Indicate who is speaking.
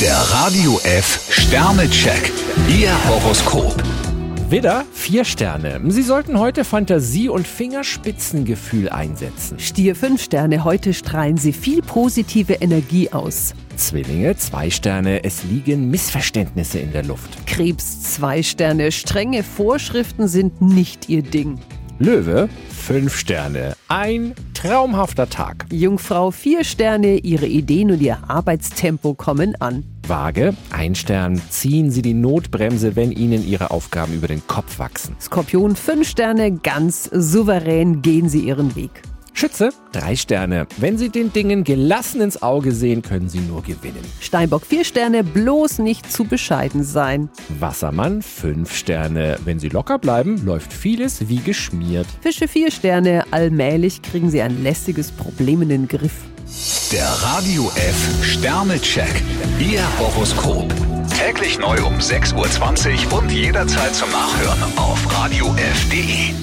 Speaker 1: Der Radio F Sternecheck. Ihr Horoskop.
Speaker 2: Widder, vier Sterne. Sie sollten heute Fantasie und Fingerspitzengefühl einsetzen.
Speaker 3: Stier 5 Sterne, heute strahlen Sie viel positive Energie aus.
Speaker 2: Zwillinge, zwei Sterne. Es liegen Missverständnisse in der Luft.
Speaker 3: Krebs 2 Sterne, strenge Vorschriften sind nicht Ihr Ding.
Speaker 2: Löwe, fünf Sterne. Ein traumhafter Tag.
Speaker 3: Jungfrau 4 Sterne, Ihre Ideen und Ihr Arbeitstempo kommen an.
Speaker 2: Waage, ein Stern. Ziehen Sie die Notbremse, wenn Ihnen Ihre Aufgaben über den Kopf wachsen.
Speaker 3: Skorpion 5 Sterne, ganz souverän gehen Sie Ihren Weg.
Speaker 2: Schütze, drei Sterne. Wenn Sie den Dingen gelassen ins Auge sehen, können Sie nur gewinnen.
Speaker 3: Steinbock 4 Sterne, bloß nicht zu bescheiden sein.
Speaker 2: Wassermann, fünf Sterne. Wenn Sie locker bleiben, läuft vieles wie geschmiert.
Speaker 3: Fische 4 Sterne, allmählich kriegen Sie ein lästiges Problem in den Griff.
Speaker 1: Der Radio F Sternecheck. Ihr Horoskop. Täglich neu um 6.20 Uhr und jederzeit zum Nachhören auf Radio radiof.de.